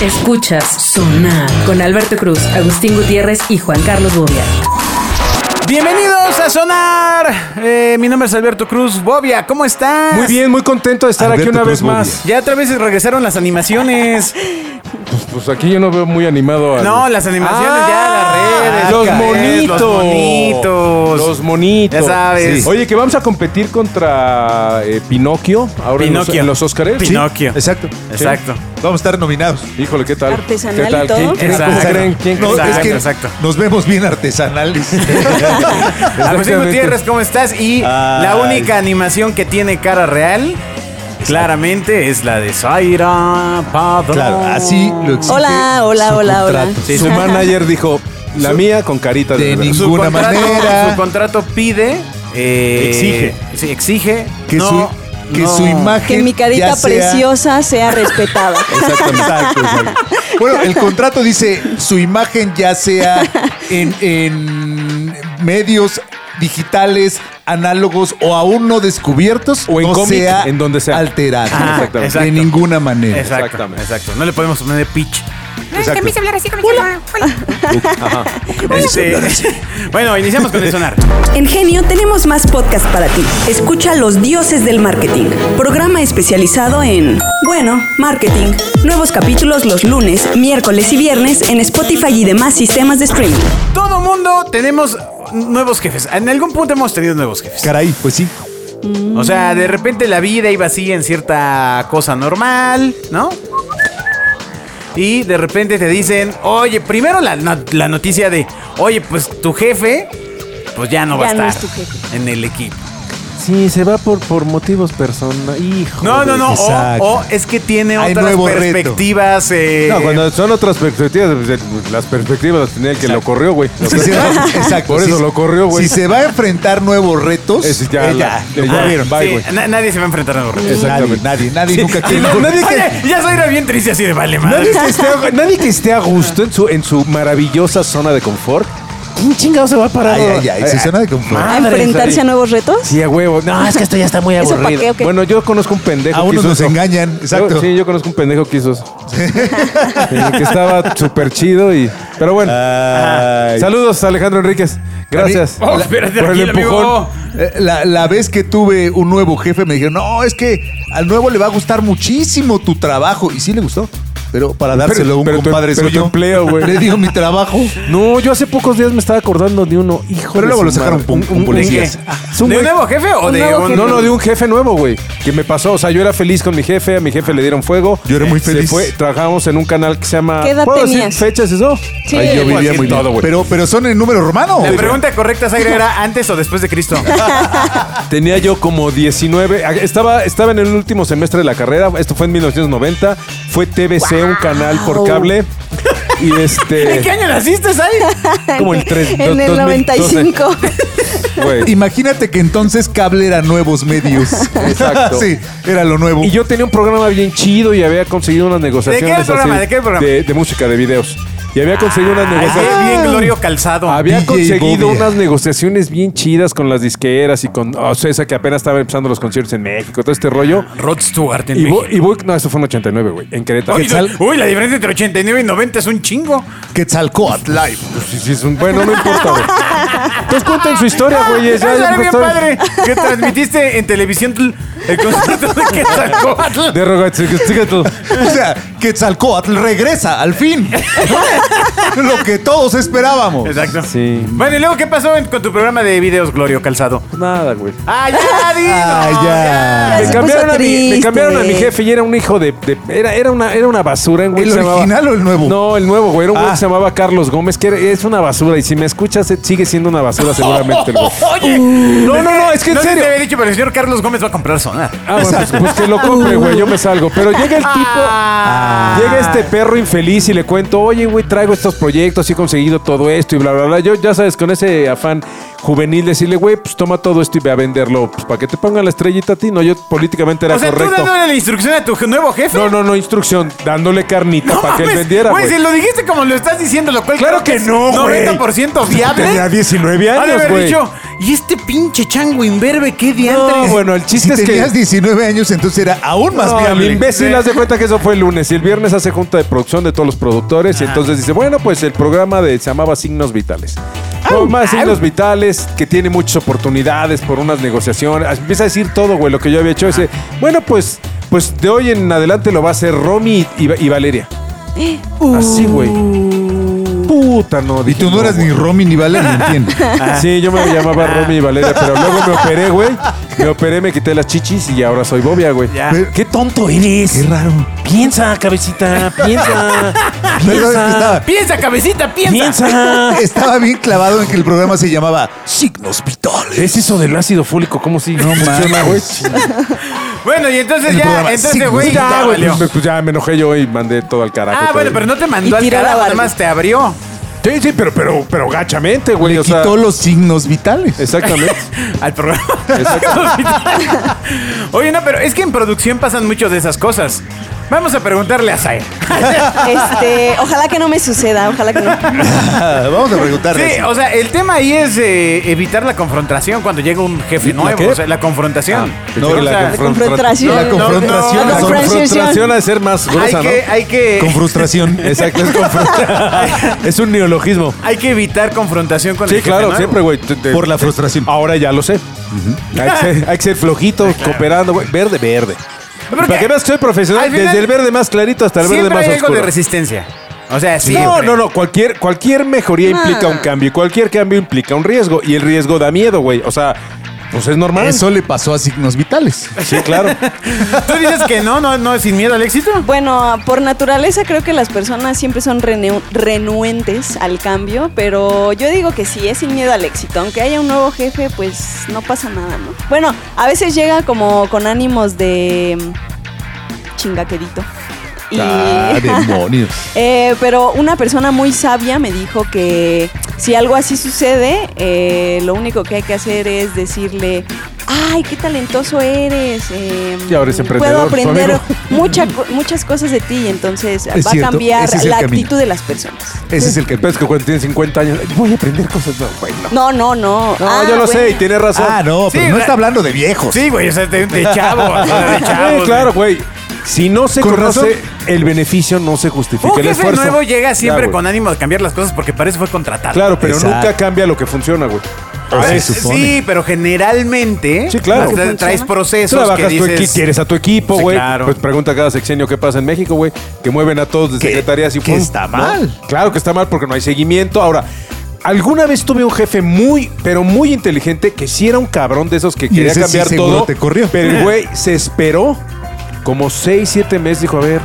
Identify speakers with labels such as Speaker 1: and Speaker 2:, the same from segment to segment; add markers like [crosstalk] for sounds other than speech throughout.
Speaker 1: Escuchas Sonar con Alberto Cruz, Agustín Gutiérrez y Juan Carlos Bobia.
Speaker 2: Bienvenidos a Sonar. Eh, mi nombre es Alberto Cruz Bobia. ¿Cómo estás?
Speaker 3: Muy bien, muy contento de estar aquí
Speaker 4: Alberto
Speaker 3: una
Speaker 4: Cruz
Speaker 3: vez más.
Speaker 2: Ya otra vez regresaron las animaciones.
Speaker 3: Pues, pues aquí yo no veo muy animado al-
Speaker 2: No, las animaciones
Speaker 4: Ah,
Speaker 2: ya, las redes.
Speaker 3: Ah, Los
Speaker 2: las redes,
Speaker 3: monitos.
Speaker 2: Los monitos.
Speaker 3: Los monitos.
Speaker 2: Ya sabes.
Speaker 3: Sí. Oye, que vamos a competir contra eh, Pinocchio ahora en los-
Speaker 2: Pinocchio.
Speaker 3: en los Óscares.
Speaker 2: Pinocchio.
Speaker 4: Exacto.
Speaker 2: Exacto.
Speaker 4: Vamos a estar nominados.
Speaker 3: Sí. Híjole, ¿qué tal?
Speaker 5: Artesanal
Speaker 3: ¿Qué tal?
Speaker 5: y todo.
Speaker 3: ¿Quién, quién-
Speaker 2: Exacto.
Speaker 3: cómo creen? ¿Quién-
Speaker 4: No,
Speaker 2: Exacto,
Speaker 4: es que
Speaker 2: exacto.
Speaker 4: nos vemos bien artesanales.
Speaker 2: Agustín
Speaker 3: Exactamente.
Speaker 2: Gutiérrez, ¿cómo estás? Y la única animación que tiene cara real, claramente, es la de Zaira Padrón.
Speaker 4: claro, así lo exige
Speaker 5: Hola, hola,
Speaker 4: su
Speaker 5: hola, hola.
Speaker 4: contrato.
Speaker 2: Sí,
Speaker 3: Su
Speaker 2: Ajá.
Speaker 3: manager dijo, la mía con carita de...
Speaker 4: De
Speaker 3: bebé".
Speaker 4: ningún-
Speaker 2: Su
Speaker 4: Ninguna
Speaker 2: contrato-
Speaker 4: manera.
Speaker 2: Su contrato pide. eh,
Speaker 4: Exige.
Speaker 2: Sí, exige.
Speaker 4: Que,
Speaker 2: no,
Speaker 4: su, que
Speaker 2: no.
Speaker 4: su imagen.
Speaker 5: Que mi carita
Speaker 4: ya sea-
Speaker 5: preciosa sea respetada.
Speaker 4: Exactamente. Exacto, exacto. [laughs] Bueno, el contrato dice su imagen ya sea en, en medios digitales, análogos o aún no descubiertos,
Speaker 3: O en
Speaker 4: no
Speaker 3: cómic,
Speaker 4: sea
Speaker 3: en donde sea.
Speaker 4: alterada
Speaker 2: Ah,
Speaker 3: Exactamente.
Speaker 4: de
Speaker 2: exacto.
Speaker 4: ninguna manera.
Speaker 2: Exacto,
Speaker 3: Exactamente.
Speaker 2: exacto. No le podemos poner pitch.
Speaker 6: No, es que a mí se hablar así con mi celular.
Speaker 2: Este, bueno, iniciamos con el sonar.
Speaker 7: [laughs] En Genio tenemos más podcast para ti. Escucha Los Dioses del Marketing, programa especializado en, bueno, marketing. Nuevos capítulos los lunes, miércoles y viernes en Spotify y demás sistemas de streaming.
Speaker 2: Todo mundo tenemos nuevos jefes. En algún punto hemos tenido nuevos jefes.
Speaker 4: Caray, pues sí.
Speaker 2: O sea, de repente la vida iba así en cierta cosa normal, ¿no? Y de repente te dicen, oye, primero la, no- la noticia de, oye, pues tu jefe, pues ya no va a
Speaker 5: Ya no
Speaker 2: estar
Speaker 5: es tu jefe.
Speaker 2: en el equipo.
Speaker 3: Sí, se va por, por motivos personales. Hijo
Speaker 2: No, no, no. O,
Speaker 4: Exacto.
Speaker 2: o es que tiene
Speaker 4: Hay
Speaker 2: otras
Speaker 4: nuevo reto.
Speaker 2: perspectivas. eh,
Speaker 3: No, cuando son otras perspectivas, pues, las perspectivas las tenía el que lo corrió, güey. [laughs]
Speaker 4: Si se va- exacto.
Speaker 3: Por eso
Speaker 4: Si-
Speaker 3: lo corrió, güey.
Speaker 4: Si se va a enfrentar nuevos retos,
Speaker 3: Ese ya
Speaker 4: eh,
Speaker 3: la-
Speaker 4: ya, lo
Speaker 3: ya,
Speaker 4: corrieron.
Speaker 3: bye,
Speaker 2: Ah, sí,
Speaker 3: güey.
Speaker 2: na- nadie se va a enfrentar a un
Speaker 4: Exactamente. Nadie, nadie, nunca quiere.
Speaker 3: no, [laughs] nadie que-
Speaker 2: Oye, ya soy bien triste así de vale, madre.
Speaker 3: Nadie que, esté a, nadie que esté a gusto en su, en su maravillosa zona de confort. ¿Quién chingado se va a parar? Eh,
Speaker 4: Ay, ay, ay, se suena de confort.
Speaker 5: ¿A
Speaker 3: Madre,
Speaker 5: enfrentarse
Speaker 3: Sari.
Speaker 5: a nuevos retos?
Speaker 3: Sí, a huevo. No, es que esto ya está muy
Speaker 5: [laughs] ¿Eso pa'
Speaker 3: aburrido.
Speaker 5: qué o qué?
Speaker 3: Bueno, yo conozco un pendejo
Speaker 4: A
Speaker 3: que
Speaker 4: unos
Speaker 3: hizo
Speaker 4: nos
Speaker 3: eso.
Speaker 4: engañan, exacto.
Speaker 3: Yo- sí, yo conozco un pendejo que
Speaker 4: [laughs]
Speaker 3: hizo eso. Eh, que estaba súper chido y... Pero bueno. Ajá. Saludos, Alejandro Enríquez. Gracias.
Speaker 2: Oh, espérate,
Speaker 3: por el
Speaker 2: tranquilo, amigo.
Speaker 3: empujón.
Speaker 4: Eh, La, la vez que tuve un nuevo jefe me dijeron, no, es que al nuevo le va a gustar muchísimo tu trabajo. Y sí le gustó. Pero para dárselo a un
Speaker 3: pero tu-
Speaker 4: compadre
Speaker 3: pero tu
Speaker 4: suyo,
Speaker 3: empleo, güey.
Speaker 4: le dio mi trabajo.
Speaker 3: No, yo hace pocos días me estaba acordando de uno. Hijo
Speaker 4: Pero
Speaker 3: de
Speaker 4: luego
Speaker 3: su
Speaker 4: lo sacaron
Speaker 3: madre.
Speaker 4: pum-
Speaker 3: Un-
Speaker 4: un
Speaker 3: un-
Speaker 4: policía.
Speaker 3: un-
Speaker 2: ¿De un
Speaker 3: güey-
Speaker 2: nuevo jefe o de
Speaker 5: nuevo
Speaker 2: un-
Speaker 5: jefe.
Speaker 3: Ah. No, no, de un jefe nuevo, güey. Que me pasó. O sea, yo era feliz con mi jefe, a mi jefe le dieron fuego.
Speaker 4: Yo era muy
Speaker 3: Se
Speaker 4: feliz.
Speaker 3: fue, trabajábamos en un canal que se llama.
Speaker 5: ¿Qué edad
Speaker 3: ¿Puedo
Speaker 5: tenías?
Speaker 3: decir fechas y eso?
Speaker 5: Sí.
Speaker 3: Ahí yo
Speaker 5: Puedo
Speaker 3: vivía muy bien. Pero
Speaker 4: Pero, pero son en número romano.
Speaker 2: La pregunta correcta, Zaira,
Speaker 3: [laughs]
Speaker 2: era antes o después de Cristo.
Speaker 3: tenía yo como 19. a- Estaba, estaba en el último semestre de la carrera. Esto fue en 1990. Fue TBC, un canal por cable. Y
Speaker 5: [laughs]
Speaker 3: este.
Speaker 2: ¿En qué año naciste, Sai?
Speaker 3: Como el tres-
Speaker 5: En
Speaker 3: do-
Speaker 5: el
Speaker 3: 2012.
Speaker 5: 95.
Speaker 3: güey.
Speaker 4: Imagínate que entonces cable era nuevos medios.
Speaker 3: Exacto.
Speaker 4: [laughs] sí, era lo nuevo.
Speaker 3: Y yo tenía un programa bien chido y había conseguido unas negociaciones.
Speaker 2: ¿De qué programa?
Speaker 3: así
Speaker 2: ¿De qué programa?
Speaker 3: De, de música, de videos. Y había conseguido unas negociaciones.
Speaker 2: Ay, bien Glorio Calzado.
Speaker 3: Había
Speaker 4: DJ
Speaker 3: conseguido
Speaker 4: Bobia.
Speaker 3: unas negociaciones bien chidas con las disqueras y con o sea, esa que apenas estaba empezando los conciertos en México, todo este rollo.
Speaker 2: Rod Stewart en
Speaker 3: Y voy,
Speaker 2: México.
Speaker 3: y voy- no, eso fue en 89, güey, en Querétaro.
Speaker 2: Uy, uy, la diferencia entre 89 y 90 es un chingo.
Speaker 4: Quetzalcóatl Live.
Speaker 3: pues, Sí, sí, es un- bueno, no importa, güey. Entonces cuenten su historia, güey. ya,
Speaker 2: Es
Speaker 3: ya
Speaker 2: algo bien
Speaker 3: costó-
Speaker 2: padre que transmitiste en televisión tl- el concierto
Speaker 3: [laughs]
Speaker 2: de Quetzalcóatl.
Speaker 3: De Rogatzigatzigatl.
Speaker 4: [laughs] O sea, Quetzalcóatl regresa al fin. [laughs] lo que todos esperábamos.
Speaker 2: Exacto.
Speaker 3: Sí.
Speaker 2: Bueno, y luego, ¿qué pasó en- con tu programa de videos, Glorio Calzado?
Speaker 3: Nada, güey.
Speaker 2: ¡Ah, ya, dilo!
Speaker 4: Ah, ya.
Speaker 3: Me
Speaker 5: se
Speaker 3: cambiaron,
Speaker 5: puso
Speaker 3: a mi, me
Speaker 5: triste,
Speaker 3: cambiaron a mi
Speaker 5: güey.
Speaker 3: jefe y era un hijo de. de- era, era, una, era una basura, güey.
Speaker 4: ¿El
Speaker 3: que se llamaba-
Speaker 4: original o el nuevo?
Speaker 3: No, el nuevo, güey. Era un güey
Speaker 4: Ah.
Speaker 3: que se llamaba Carlos Gómez, que era- es una basura. Y si me escuchas, eh, sigue siendo una basura seguramente, el güey.
Speaker 2: [laughs] Oye, no,
Speaker 3: no, no, es que en
Speaker 2: no sé si
Speaker 3: serio.
Speaker 2: Te había dicho, pero el señor Carlos Gómez va a comprar sonar.
Speaker 3: Ah, bueno, pues, pues que lo compre, güey. Yo me salgo. Pero llega el tipo.
Speaker 4: Ah.
Speaker 3: Llega este perro infeliz y le cuento, oye, güey, traigo estos proyectos, he conseguido todo esto y bla, bla, bla. Yo, ya sabes, con ese afán juvenil, decirle, güey, pues toma todo esto y ve a venderlo, pues para que te pongan la estrellita a ti. No, yo políticamente era
Speaker 2: O sea,
Speaker 3: correcto.
Speaker 2: tú dándole la instrucción a tu nuevo jefe.
Speaker 3: No, no, no, instrucción, dándole carnita para que él
Speaker 2: mames,
Speaker 3: vendiera.
Speaker 2: Güey,
Speaker 3: güey.
Speaker 2: si lo dijiste como lo estás diciendo, lo cual
Speaker 3: Claro
Speaker 2: creo
Speaker 3: que no, güey.
Speaker 2: 90% viable.
Speaker 3: Tenía 19
Speaker 2: Ha de
Speaker 3: años,
Speaker 2: haber
Speaker 3: güey.
Speaker 2: dicho, Y este pinche chango imberbe, qué
Speaker 3: No,
Speaker 2: diantres.
Speaker 3: bueno, el
Speaker 4: Si
Speaker 3: chiste es
Speaker 4: tenías
Speaker 3: que...
Speaker 4: 19 años, entonces era aún más
Speaker 3: No,
Speaker 4: viable.
Speaker 3: el imbécil
Speaker 2: Sí.
Speaker 3: haz de cuenta que eso fue el lunes y el viernes hace junta de producción de todos los productores y entonces dice, bueno, pues el programa de, se llamaba Signos Vitales. Con más signos vitales, que tiene muchas oportunidades por unas negociaciones. ah, Empieza a decir todo, güey, lo que yo había hecho. Dice, bueno, pues, pues de hoy en adelante lo va a hacer Romy y, y Valeria. Así, güey. Puta, no.
Speaker 4: Y
Speaker 3: dije,
Speaker 4: tú no eras
Speaker 3: güey.
Speaker 4: ni Romy ni Valeria, entiendo.
Speaker 3: Sí, yo me llamaba Romy y Valeria, pero luego me operé, güey. Me operé, me quité las chichis y ahora soy Bobia, güey.
Speaker 2: Ya.
Speaker 4: Pero-
Speaker 3: Qué tonto eres.
Speaker 4: Qué raro.
Speaker 3: Piensa, cabecita,
Speaker 2: [laughs]
Speaker 3: piensa.
Speaker 4: Pero es que estaba,
Speaker 2: Piensa, cabecita, piensa.
Speaker 3: piensa.
Speaker 4: estaba bien clavado en que el programa se llamaba Signos Vitales.
Speaker 3: Es eso del ácido fólico, ¿cómo si no
Speaker 4: funciona, güey?
Speaker 2: Bueno, y entonces
Speaker 4: El
Speaker 2: ya,
Speaker 4: programa
Speaker 2: entonces,
Speaker 4: Signos
Speaker 2: güey, ya,
Speaker 4: Vitales.
Speaker 2: valió.
Speaker 3: Pues, pues ya me enojé yo y mandé todo al carajo.
Speaker 2: Ah,
Speaker 3: todo
Speaker 2: bueno,
Speaker 3: el-
Speaker 2: pero no te
Speaker 5: Y
Speaker 2: mandó al
Speaker 5: tiró la
Speaker 2: carajo, nada
Speaker 5: Barbie.
Speaker 2: más te abrió.
Speaker 3: Sí, sí, pero, pero, pero gachamente, güey.
Speaker 4: Le
Speaker 3: o sea,
Speaker 4: quitó los signos
Speaker 2: [laughs]
Speaker 4: vitales.
Speaker 3: Exactamente.
Speaker 2: Al programa.
Speaker 3: Exacto.
Speaker 2: [laughs] Oye, no, pero es que en producción pasan muchas de esas cosas. Vamos a preguntarle a Zaire.
Speaker 5: Este, ojalá que no me suceda, ojalá que no.
Speaker 4: Ah, [laughs] Vamos a preguntarle.
Speaker 2: Sí, o sea, el tema ahí es eh, evitar la confrontación cuando llega un jefe
Speaker 3: ¿La
Speaker 2: nuevo.
Speaker 3: qué?
Speaker 2: o sea, la confrontación.
Speaker 3: Ah,
Speaker 2: no,
Speaker 3: pensé que
Speaker 2: o
Speaker 3: la
Speaker 2: sea,
Speaker 3: confron-
Speaker 5: Confrontación.
Speaker 4: La confrontación.
Speaker 2: no,
Speaker 4: la
Speaker 2: no.
Speaker 4: confrontación.
Speaker 3: Frustración a ser más
Speaker 2: hay
Speaker 3: gruesa, ¿no?
Speaker 2: que, hay que,
Speaker 4: Con frustración.
Speaker 3: Exacto, [laughs]
Speaker 2: [laughs]
Speaker 3: es confrontación. [laughs] es un neologismo.
Speaker 2: hay que evitar confrontación con
Speaker 3: Sí,
Speaker 2: el jefe
Speaker 3: claro,
Speaker 2: nuevo.
Speaker 3: siempre, güey. Te- te-
Speaker 4: Por la frustración.
Speaker 3: Ahora ya lo sé. hay, que ser, hay que ser flojito, cooperando, güey. Verde, verde.
Speaker 2: Pero
Speaker 3: Para
Speaker 2: que-
Speaker 3: que veas que soy profesional,
Speaker 2: al final-
Speaker 3: desde el verde más clarito hasta el verde
Speaker 2: Siempre
Speaker 3: más
Speaker 2: hay algo
Speaker 3: oscuro.
Speaker 2: de resistencia. O sea, sí.
Speaker 3: no, no, no. Cualquier, cualquier mejoría implica un cambio. y Cualquier cambio implica un riesgo. Y el riesgo da miedo, güey. O sea, pues es normal.
Speaker 4: Eso le pasó a signos vitales.
Speaker 3: Sí, claro.
Speaker 2: Tú dices que no, no, no, sin miedo al éxito.
Speaker 5: Bueno, por naturaleza creo que las personas siempre son renu- renuentes al cambio, pero yo digo que sí, es sin miedo al éxito. Aunque haya un nuevo jefe, pues no pasa nada, ¿no? Bueno, a veces llega como con ánimos de mm, chingaquerito. Y, [laughs]
Speaker 4: Ah, demonios.
Speaker 5: Eh, pero una persona muy sabia me dijo que si algo así sucede, eh, lo único que hay que hacer es decirle, ay, qué talentoso eres. eh,
Speaker 3: Y ahora es
Speaker 5: Puedo
Speaker 3: emprendedor, tu
Speaker 5: aprender
Speaker 3: amigo".
Speaker 5: [laughs] mucha co- muchas cosas de ti y entonces
Speaker 4: Es
Speaker 5: va
Speaker 4: cierto,
Speaker 5: a cambiar
Speaker 4: ese es el
Speaker 5: la
Speaker 4: camino.
Speaker 5: actitud de las personas.
Speaker 4: Ese es el que.
Speaker 3: Pero es que cuando tienes 50 años, voy a aprender cosas. No, güey, no.
Speaker 5: No, no, no.
Speaker 3: No,
Speaker 5: Ah,
Speaker 3: yo lo
Speaker 5: bueno.
Speaker 3: sé y tienes razón.
Speaker 4: Ah, no,
Speaker 2: Sí,
Speaker 4: pero no
Speaker 2: ra-
Speaker 4: está hablando de viejos.
Speaker 2: Sí, güey, o sea, de, de chavo.
Speaker 3: [laughs]
Speaker 2: o sea, de
Speaker 3: Pues Sí,
Speaker 2: chavos, güey.
Speaker 3: claro, güey. Si no se
Speaker 4: Con
Speaker 3: conoce,
Speaker 4: razón.
Speaker 3: el beneficio no se justifica.
Speaker 2: Un
Speaker 3: el
Speaker 2: jefe
Speaker 3: esfuerzo.
Speaker 2: nuevo llega siempre
Speaker 3: Ya, güey.
Speaker 2: con ánimo de cambiar las cosas porque parece fue contratado.
Speaker 3: Claro, pero
Speaker 4: Exacto.
Speaker 3: nunca cambia lo que funciona, güey.
Speaker 4: O se
Speaker 2: Eh,
Speaker 4: supone.
Speaker 2: Sí, pero generalmente
Speaker 3: Sí, claro.
Speaker 2: tra- traes procesos
Speaker 3: Trabajas
Speaker 2: que
Speaker 3: tu equi-
Speaker 2: dices.
Speaker 3: quieres a tu equipo,
Speaker 2: Sí,
Speaker 3: güey.
Speaker 2: claro.
Speaker 3: Pues pregunta cada sexenio qué pasa en México, güey. Que mueven a todos de
Speaker 4: Que-
Speaker 3: secretarías y
Speaker 4: que
Speaker 3: pum,
Speaker 4: está
Speaker 3: ¿no?
Speaker 4: mal.
Speaker 3: Claro que está mal porque no hay seguimiento. Ahora, alguna vez tuve un jefe muy, pero muy inteligente que sí era un cabrón de esos que quería
Speaker 4: ese sí
Speaker 3: cambiar
Speaker 4: seguro
Speaker 3: todo.
Speaker 4: te corrió.
Speaker 3: Pero
Speaker 4: [laughs]
Speaker 3: el güey se esperó como seis, siete meses. Dijo, a ver,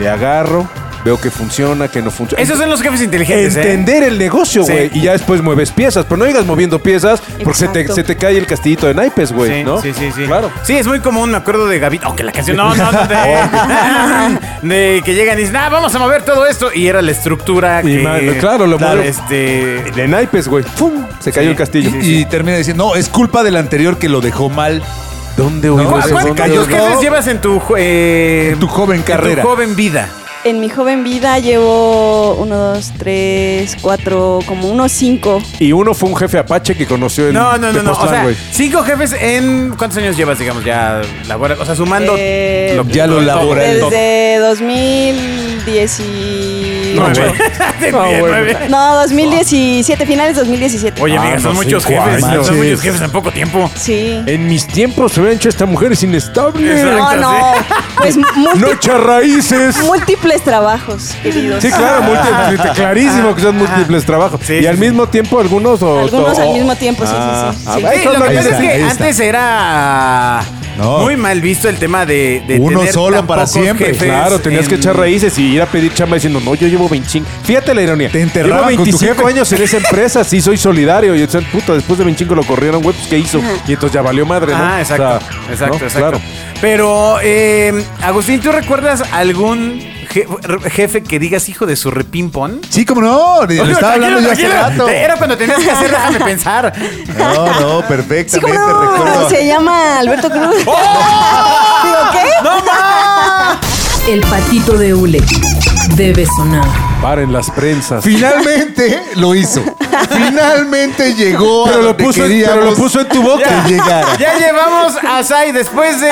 Speaker 3: le agarro, veo que funciona, que no funciona.
Speaker 2: Esos son los jefes inteligentes. ¿eh?
Speaker 3: Entender el negocio,
Speaker 2: Sí.
Speaker 3: güey. Y ya después mueves piezas. Pero no digas moviendo piezas porque se te,
Speaker 5: Exacto.
Speaker 3: se te cae el castillito de naipes, güey.
Speaker 2: sí,
Speaker 3: pues, ¿no?
Speaker 2: sí, sí, sí.
Speaker 3: Claro.
Speaker 2: Sí, es muy común, me acuerdo de Gavito. Aunque la canción. No, no, no. De, de que llegan y dicen, ah, vamos a mover todo esto. Y era la estructura.
Speaker 3: Y
Speaker 2: que-
Speaker 3: mal- claro, lo mueve.
Speaker 2: Este.
Speaker 3: De naipes, güey. ¡Fum! Se cayó
Speaker 2: Sí.
Speaker 3: el castillo.
Speaker 4: Y, y termina diciendo, no, es culpa del anterior que lo dejó mal.
Speaker 3: ¿Dónde
Speaker 4: No,
Speaker 3: oímos
Speaker 4: ¿a
Speaker 3: eso?
Speaker 4: cuál-
Speaker 3: ¿Dónde
Speaker 4: cayó
Speaker 2: ¿Cuántos
Speaker 3: oímos?
Speaker 4: no.
Speaker 2: jefes llevas en tu, ju- eh,
Speaker 4: En tu joven
Speaker 2: en
Speaker 4: carrera.
Speaker 2: tu joven vida.
Speaker 5: En mi joven vida llevo uno, dos, tres, cuatro, como unos cinco.
Speaker 3: Y uno fue un jefe apache que conoció en
Speaker 2: No, no, no, no. O
Speaker 3: Tepoztlán,
Speaker 2: sea,
Speaker 3: güey.
Speaker 2: cinco jefes en. ¿Cuántos años llevas, digamos, ya laboral? O sea, sumando.
Speaker 5: Eh,
Speaker 4: ya lo
Speaker 2: todo,
Speaker 4: laboral.
Speaker 2: todo, todo.
Speaker 5: Desde 2018.
Speaker 2: Nueve. [laughs] Nueve.
Speaker 5: No, 2017, finales 2017.
Speaker 2: Oye, amiga,
Speaker 3: Ah,
Speaker 2: son
Speaker 3: no,
Speaker 2: muchos
Speaker 3: cinco
Speaker 2: jefes.
Speaker 4: años.
Speaker 2: Son muchos jefes en poco tiempo.
Speaker 5: Sí.
Speaker 3: En mis tiempos se habían hecho esta mujer es inestable.
Speaker 2: Exacto.
Speaker 5: No, no. Pues múlti-
Speaker 3: No echa raíces.
Speaker 5: múltiples trabajos, queridos.
Speaker 3: Sí, claro, múltiples, clarísimo que son múltiples trabajos.
Speaker 2: Sí,
Speaker 3: y
Speaker 2: sí,
Speaker 3: al
Speaker 2: sí.
Speaker 3: mismo tiempo algunos o
Speaker 5: Algunos
Speaker 3: o-
Speaker 5: al mismo tiempo, sí, sí, sí.
Speaker 3: Ah,
Speaker 5: Sí.
Speaker 3: ah,
Speaker 5: Sí.
Speaker 3: ahí
Speaker 2: Ey, lo que
Speaker 4: ahí
Speaker 2: pasa es
Speaker 4: está,
Speaker 2: que
Speaker 4: ahí está.
Speaker 2: antes era
Speaker 4: No.
Speaker 2: muy mal visto el tema de, de
Speaker 4: Uno
Speaker 2: tener
Speaker 4: solo
Speaker 2: tan
Speaker 4: para
Speaker 2: pocos
Speaker 4: siempre,
Speaker 2: jefes
Speaker 3: Claro, tenías
Speaker 2: en-
Speaker 3: que echar raíces y ir a pedir chamba diciendo, no, yo llevo 25. Fíjate la ironía.
Speaker 4: Te
Speaker 3: llevo
Speaker 4: enterraban con tu
Speaker 3: 25
Speaker 4: jefe.
Speaker 3: años en esa empresa, sí, soy solidario. Y entonces, puta, después de 25 lo corrieron, güey, pues, ¿qué hizo? Y entonces ya valió madre, ¿no?
Speaker 2: Ah, exacto.
Speaker 3: O sea,
Speaker 2: exacto,
Speaker 3: ¿no?
Speaker 2: exacto.
Speaker 3: Claro.
Speaker 2: Pero, eh, Agustín, ¿tú recuerdas algún je- re- jefe que digas hijo de su repimpón?
Speaker 4: Sí, como no, le le estaba hablando yo hace rato.
Speaker 2: Era cuando tenías que hacer, déjame pensar.
Speaker 4: No, no,
Speaker 5: Sí, ¿cómo
Speaker 4: perfectamente
Speaker 5: no?
Speaker 4: recuerdo.
Speaker 5: Se llama Alberto Cruz. [laughs] ¿Digo qué?
Speaker 1: El patito de Ule. debe sonar.
Speaker 3: Paren las prensas.
Speaker 4: Finalmente lo hizo. Finalmente llegó a
Speaker 3: Pero lo
Speaker 4: donde
Speaker 3: puso en- pero lo
Speaker 4: queríamos
Speaker 3: puso en tu [laughs] boca.
Speaker 4: que llegara.
Speaker 2: Ya llevamos a Sai después de.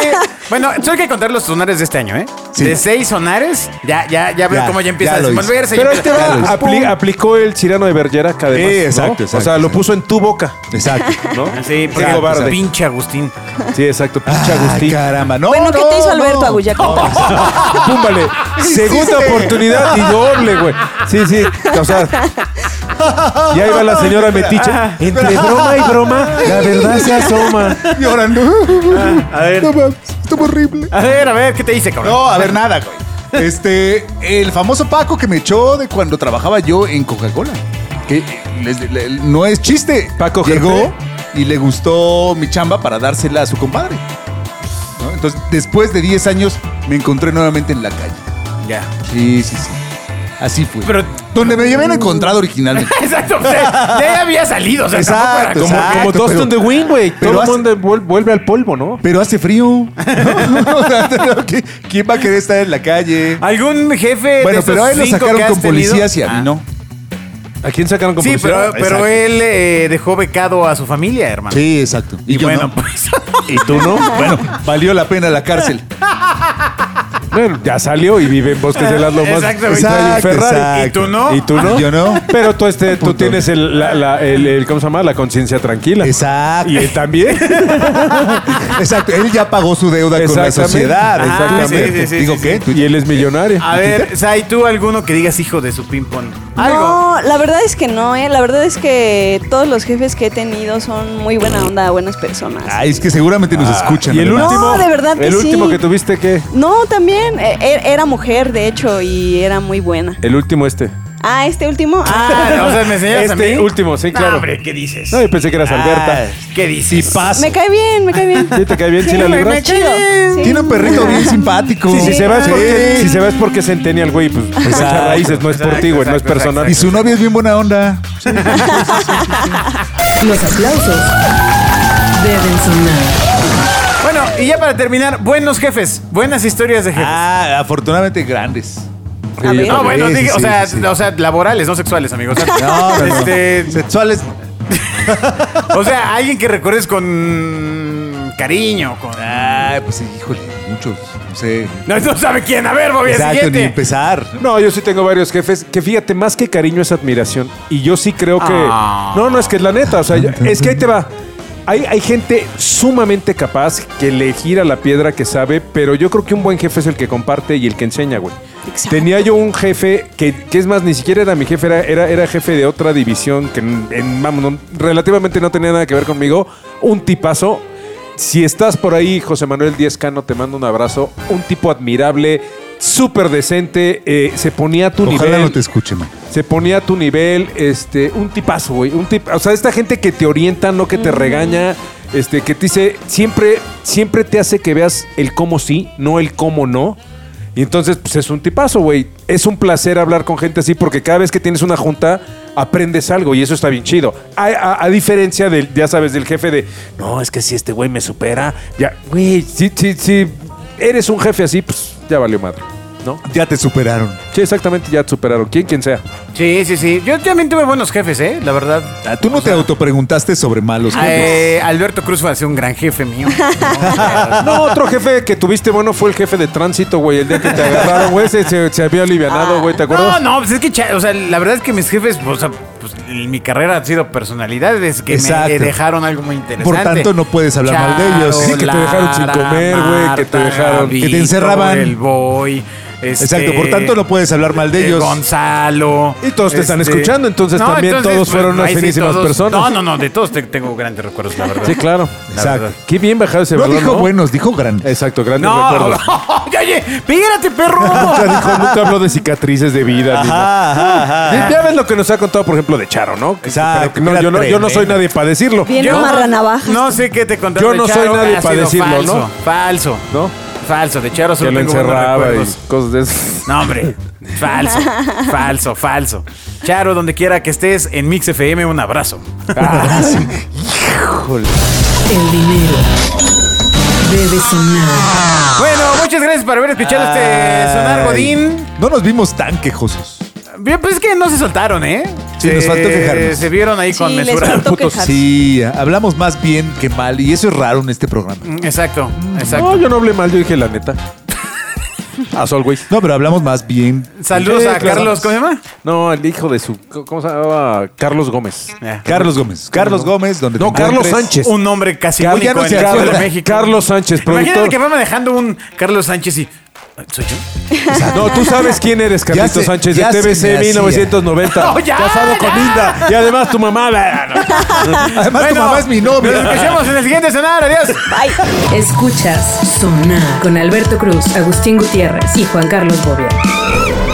Speaker 2: Bueno, solo hay que contar los sonares de este año, ¿eh?
Speaker 4: Sí.
Speaker 2: De seis sonares, ya, ya, ya veo
Speaker 4: Ya,
Speaker 2: cómo ya empieza
Speaker 4: ya
Speaker 2: a
Speaker 4: lo hizo.
Speaker 2: desenvolverse.
Speaker 3: Pero
Speaker 2: ya
Speaker 3: ahí te
Speaker 2: empieza-
Speaker 3: va,
Speaker 4: Claro.
Speaker 3: apli- aplicó el Cirano de Bergerac, además.
Speaker 4: Sí,
Speaker 3: ¿no? O
Speaker 4: exacto,
Speaker 3: sea,
Speaker 4: exacto,
Speaker 3: lo
Speaker 4: exacto.
Speaker 3: puso en tu boca,
Speaker 4: Exacto.
Speaker 3: ¿no?
Speaker 2: Ah, Sí,
Speaker 3: Qué
Speaker 2: porque pues,
Speaker 3: cobarde.
Speaker 2: pinche Agustín.
Speaker 3: Sí, exacto, pinche
Speaker 4: Ay,
Speaker 3: Agustín.
Speaker 4: caramba. No,
Speaker 5: Bueno, ¿qué
Speaker 4: no,
Speaker 5: te hizo Alberto
Speaker 4: no.
Speaker 5: Agullaco?
Speaker 3: [laughs] Púmbale. Segunda oportunidad y doble, güey. Sí, sí. O sea. Y ahí va la señora Meticha. Entre broma y broma, la verdad se asoma.
Speaker 4: Y ahora no.
Speaker 2: Ah, A ver,
Speaker 4: No mames, estuvo horrible.
Speaker 2: a ver, a ver, ¿qué te dice, cabrón?
Speaker 4: No, a ver, nada, güey. Este, el famoso Paco que me echó de cuando trabajaba yo en Coca-Cola. Que les- le- no es chiste.
Speaker 3: Paco
Speaker 4: llegó
Speaker 3: Jerpe.
Speaker 4: y le gustó mi chamba para dársela a su compadre. ¿no? Entonces, después de 10 años, me encontré nuevamente en la calle.
Speaker 2: Ya.
Speaker 4: Sí, sí, sí. Así fue.
Speaker 2: Pero- [laughs]
Speaker 4: Donde me habían encontrado originalmente.
Speaker 2: Exacto, o sea, ya había salido, o sea, tampoco era
Speaker 4: Exacto,
Speaker 2: como-
Speaker 4: exacto.
Speaker 3: Como Dust
Speaker 4: pero-
Speaker 3: on the Wind, güey.
Speaker 4: pero
Speaker 3: Todo el
Speaker 4: hace-
Speaker 3: mundo vuel- vuelve al polvo, ¿no?
Speaker 4: Pero hace frío. [laughs] ¿no? O sea, ¿qui- ¿Quién va a querer estar en la calle?
Speaker 2: ¿Algún jefe
Speaker 4: Bueno,
Speaker 2: Ah, de esos
Speaker 4: pero a él lo
Speaker 2: cinco
Speaker 4: sacaron
Speaker 2: que has
Speaker 4: con
Speaker 2: tenido?
Speaker 4: policías y a mí
Speaker 2: Ah.
Speaker 4: no.
Speaker 3: ¿A quién sacaron como
Speaker 2: Sí,
Speaker 3: policía?
Speaker 2: pero, pero él eh, dejó becado a su familia, hermano.
Speaker 4: Sí, exacto.
Speaker 2: ah. Y,
Speaker 4: yo
Speaker 2: bueno,
Speaker 4: no.
Speaker 2: pues. [laughs]
Speaker 4: ¿Y tú no? Bueno, [laughs] valió la pena la cárcel.
Speaker 3: Bueno, ya salió y vive en bosques de las lomas.
Speaker 2: Exacto,
Speaker 3: y trae un
Speaker 4: exacto,
Speaker 3: Ferrari.
Speaker 4: exacto.
Speaker 2: ¿Y tú no?
Speaker 3: ¿Y tú no?
Speaker 4: Yo no.
Speaker 3: Pero tú, este, tú
Speaker 4: Punto.
Speaker 3: tienes el, la, la- el- el- ¿cómo se llama? La conciencia tranquila.
Speaker 4: Exacto.
Speaker 3: Y él
Speaker 2: [laughs]
Speaker 3: también.
Speaker 4: Exacto. Él ya pagó su deuda con la
Speaker 3: Exactamente.
Speaker 4: sociedad.
Speaker 3: Ah,
Speaker 4: Exactamente.
Speaker 2: sí, sí, sí,
Speaker 4: Digo,
Speaker 2: sí,
Speaker 4: ¿qué?
Speaker 2: sí.
Speaker 4: Tú-
Speaker 3: y él es millonario.
Speaker 2: A ver, Sai, tú alguno que digas hijo de su ping-pong. Algo.
Speaker 5: No, la verdad es que no, ¿eh? La verdad es que todos los jefes que he tenido son muy buena onda, buenas personas.
Speaker 4: Ay, es que seguramente nos escuchan.
Speaker 3: Ah, Y el
Speaker 4: además.
Speaker 3: último.
Speaker 5: No, de verdad que
Speaker 3: El
Speaker 5: sí.
Speaker 3: último que tuviste, ¿qué?
Speaker 5: No, también. eh, er- Era mujer, de hecho, y era muy buena.
Speaker 3: El último este.
Speaker 5: Ah, este último.
Speaker 2: Ah,
Speaker 5: Ah,
Speaker 2: no, o sea, ¿me enseñas a mí?
Speaker 3: Este último, sí,
Speaker 2: No,
Speaker 3: claro.
Speaker 2: hombre, ¿qué dices? Ah,
Speaker 3: No, yo pensé que eras Alberta.
Speaker 2: ¿Qué dices?
Speaker 5: me cae bien, me cae bien.
Speaker 3: Ah, [laughs] ¿Sí te cae bien, Chila
Speaker 5: me-
Speaker 3: Libras?
Speaker 5: me cae bien. Sí.
Speaker 4: Tiene un perrito bien simpático.
Speaker 3: Sí, si se va es
Speaker 4: Sí.
Speaker 3: porque, si se va es porque Centennial, güey, pues muchas raíces, no es por ti, güey, no es
Speaker 2: exacto,
Speaker 3: personal.
Speaker 4: Y su novia es bien buena onda.
Speaker 1: Los aplausos deben sonar.
Speaker 2: Bueno, y ya para terminar, buenos jefes, buenas historias de jefes.
Speaker 4: Ah, afortunadamente grandes.
Speaker 5: A ver.
Speaker 2: no, bueno,
Speaker 4: sí,
Speaker 2: dije,
Speaker 4: sí,
Speaker 2: o, sea,
Speaker 4: sí, sí.
Speaker 2: o sea, laborales, no sexuales, amigos. O sea,
Speaker 4: [laughs] No, no, no.
Speaker 2: este,
Speaker 4: [laughs] Sexuales.
Speaker 2: o sea, alguien que recuerdes con cariño, con...
Speaker 4: Ay, pues sí, híjole, muchos. No sé.
Speaker 2: No, no sabe quién, a ver, voy a
Speaker 4: Exacto, ni
Speaker 2: siguiente.
Speaker 4: empezar.
Speaker 3: No, yo sí tengo varios jefes que fíjate, más que cariño es admiración. Y yo sí creo que.
Speaker 2: Ah.
Speaker 3: No, no, es que es la neta. O sea, yo- es que ahí te va. Hay, hay gente sumamente capaz que le gira la piedra que sabe, pero yo creo que un buen jefe es el que comparte y el que enseña, güey.
Speaker 5: Exacto.
Speaker 3: Tenía yo un jefe que, que es más, ni siquiera era mi jefe, era, era, era jefe de otra división que en- en- vamos, no- relativamente no tenía nada que ver conmigo. Un tipazo. Si estás por ahí, José Manuel Díez Cano, te mando un abrazo. Un tipo admirable, súper decente, eh, se ponía a tu
Speaker 4: Ojalá
Speaker 3: nivel.
Speaker 4: no te escuche, man.
Speaker 3: Se ponía a tu nivel, este, un tipazo, güey. Un tip, o sea, esta gente que te orienta, no que te regaña, este, que te dice, siempre, siempre te hace que veas el cómo sí, no el cómo no. Y entonces, pues es un tipazo, güey. Es un placer hablar con gente así porque cada vez que tienes una junta aprendes algo y eso está bien chido. A, a- a diferencia del, ya sabes, del jefe de, no, es que si este güey me supera, ya, güey, si, si, si eres un jefe así, pues ya valió madre, ¿no?
Speaker 4: Ya te superaron.
Speaker 3: Sí, exactamente, ya te superaron. Quien quien sea.
Speaker 2: Sí, sí, sí. Yo también tuve buenos jefes, ¿eh? La verdad.
Speaker 4: Ah, Tú no te autopreguntaste sobre malos
Speaker 3: Ah,
Speaker 4: jefes.
Speaker 2: Eh, Alberto Cruz fue así un gran jefe
Speaker 4: [laughs]
Speaker 2: mío.
Speaker 3: No, otro jefe que tuviste bueno fue el jefe de tránsito, güey. El día que te agarraron, güey, se, se- se había alivianado, güey, ¿te
Speaker 2: No,
Speaker 3: acuerdas?
Speaker 2: no, pues es que, cha- o sea, la verdad es que mis jefes, o sea, pues, en mi carrera han sido personalidades que me
Speaker 4: Exacto.
Speaker 2: dejaron algo muy interesante.
Speaker 4: Por tanto, no puedes hablar mal de ellos.
Speaker 3: Sí, que te dejaron sin comer, güey, que te dejaron-
Speaker 4: que te encerraban.
Speaker 2: El boy. este,
Speaker 4: Exacto, por tanto no puedes hablar mal de
Speaker 2: eh,
Speaker 4: ellos.
Speaker 2: Gonzalo. este,
Speaker 3: Y todos te están escuchando, entonces también todos fueron unas
Speaker 2: pues, ahí
Speaker 3: finísimas
Speaker 2: todos-
Speaker 3: personas.
Speaker 2: No, no, no, de todos te- tengo grandes recuerdos, la verdad.
Speaker 3: Sí, claro.
Speaker 4: Exacto.
Speaker 3: Qué bien bajado ese
Speaker 4: No
Speaker 3: balón,
Speaker 4: dijo buenos, dijo grandes.
Speaker 3: Exacto, grandes
Speaker 2: No,
Speaker 3: recuerdos.
Speaker 2: [laughs] oye, espérate, perro.
Speaker 3: [laughs] Nunca dijo, nunca habló de cicatrices de vida. ni nada. Ya- Ya ves lo que nos ha contado, por ejemplo, de Charo, ¿no? Que-
Speaker 4: Exacto,
Speaker 3: pero que no,
Speaker 4: era
Speaker 3: yo, no, yo no soy
Speaker 4: tremendo.
Speaker 3: nadie para decirlo,
Speaker 5: Bien
Speaker 4: [laughs]
Speaker 5: amarranavajas.
Speaker 2: No sé qué te contaron.
Speaker 3: Yo
Speaker 2: de
Speaker 3: no soy
Speaker 2: Charo,
Speaker 3: nadie
Speaker 2: ha
Speaker 3: para
Speaker 2: sido
Speaker 3: decirlo, ¿no?
Speaker 2: falso, Falso.
Speaker 3: ¿no?
Speaker 2: Falso, de Charo
Speaker 3: Que
Speaker 2: solo
Speaker 3: lo
Speaker 2: tengo buenos
Speaker 3: encerraba y
Speaker 2: recuerdos.
Speaker 3: cosas de esas.
Speaker 2: No, hombre,
Speaker 5: [laughs]
Speaker 2: falso, falso, falso. Charo, donde quiera que estés, en Mix FM, un abrazo.
Speaker 3: Ah,
Speaker 2: Ah.
Speaker 1: El dinero debe sonar.
Speaker 2: Bueno, muchas Muchas gracias por haber escuchado
Speaker 4: Ay.
Speaker 2: este sonar Godín.
Speaker 4: No nos vimos tan quejosos.
Speaker 2: Bien, pues es que no se soltaron, ¿eh?
Speaker 4: Sí,
Speaker 2: Se-
Speaker 4: nos faltó quejarnos.
Speaker 2: Se vieron ahí con
Speaker 5: Sí, les
Speaker 2: mesura.
Speaker 5: faltó
Speaker 4: Putos.
Speaker 5: quejarse.
Speaker 4: Sí, hablamos más bien que mal y eso es raro en este programa.
Speaker 2: Exacto,
Speaker 3: No,
Speaker 2: exacto.
Speaker 3: yo no hablé mal, yo dije la neta. As Ah, always.
Speaker 4: No, pero hablamos más bien.
Speaker 2: Saludos
Speaker 3: Sí,
Speaker 2: a
Speaker 3: claro.
Speaker 2: Carlos, ¿cómo se llama?
Speaker 3: No, el hijo de su. ¿Cómo se llamaba? Carlos Gómez.
Speaker 2: Eh.
Speaker 4: Carlos Gómez. Carlos Gómez, donde te
Speaker 3: No, Carlos
Speaker 4: encuentres.
Speaker 3: Sánchez.
Speaker 2: Un nombre casi
Speaker 4: Carlos- ya
Speaker 2: único
Speaker 4: no
Speaker 2: en
Speaker 4: se
Speaker 2: la historia
Speaker 4: acuerda.
Speaker 2: de México.
Speaker 3: Carlos Sánchez,
Speaker 2: Imagínate
Speaker 3: productor.
Speaker 2: que va manejando un Carlos Sánchez y... ¿Soy yo?
Speaker 3: No, tú sabes quién eres, Carlitos
Speaker 4: Ya se-
Speaker 3: Sánchez, de
Speaker 4: ya se me
Speaker 3: TBC
Speaker 4: hacía.
Speaker 2: [laughs]
Speaker 3: 1990.
Speaker 2: No, ya,
Speaker 3: casado con
Speaker 2: ya.
Speaker 3: Linda. Y además tu mamá. la- la- la-
Speaker 4: Además, tu
Speaker 2: Bueno,
Speaker 4: mamá es mi
Speaker 2: Nos
Speaker 4: novia.
Speaker 2: escuchamos en el siguiente sonar. Adiós.
Speaker 5: Bye.
Speaker 1: Escuchas Sonar con Alberto Cruz, Agustín Gutiérrez y Juan Carlos Bobia.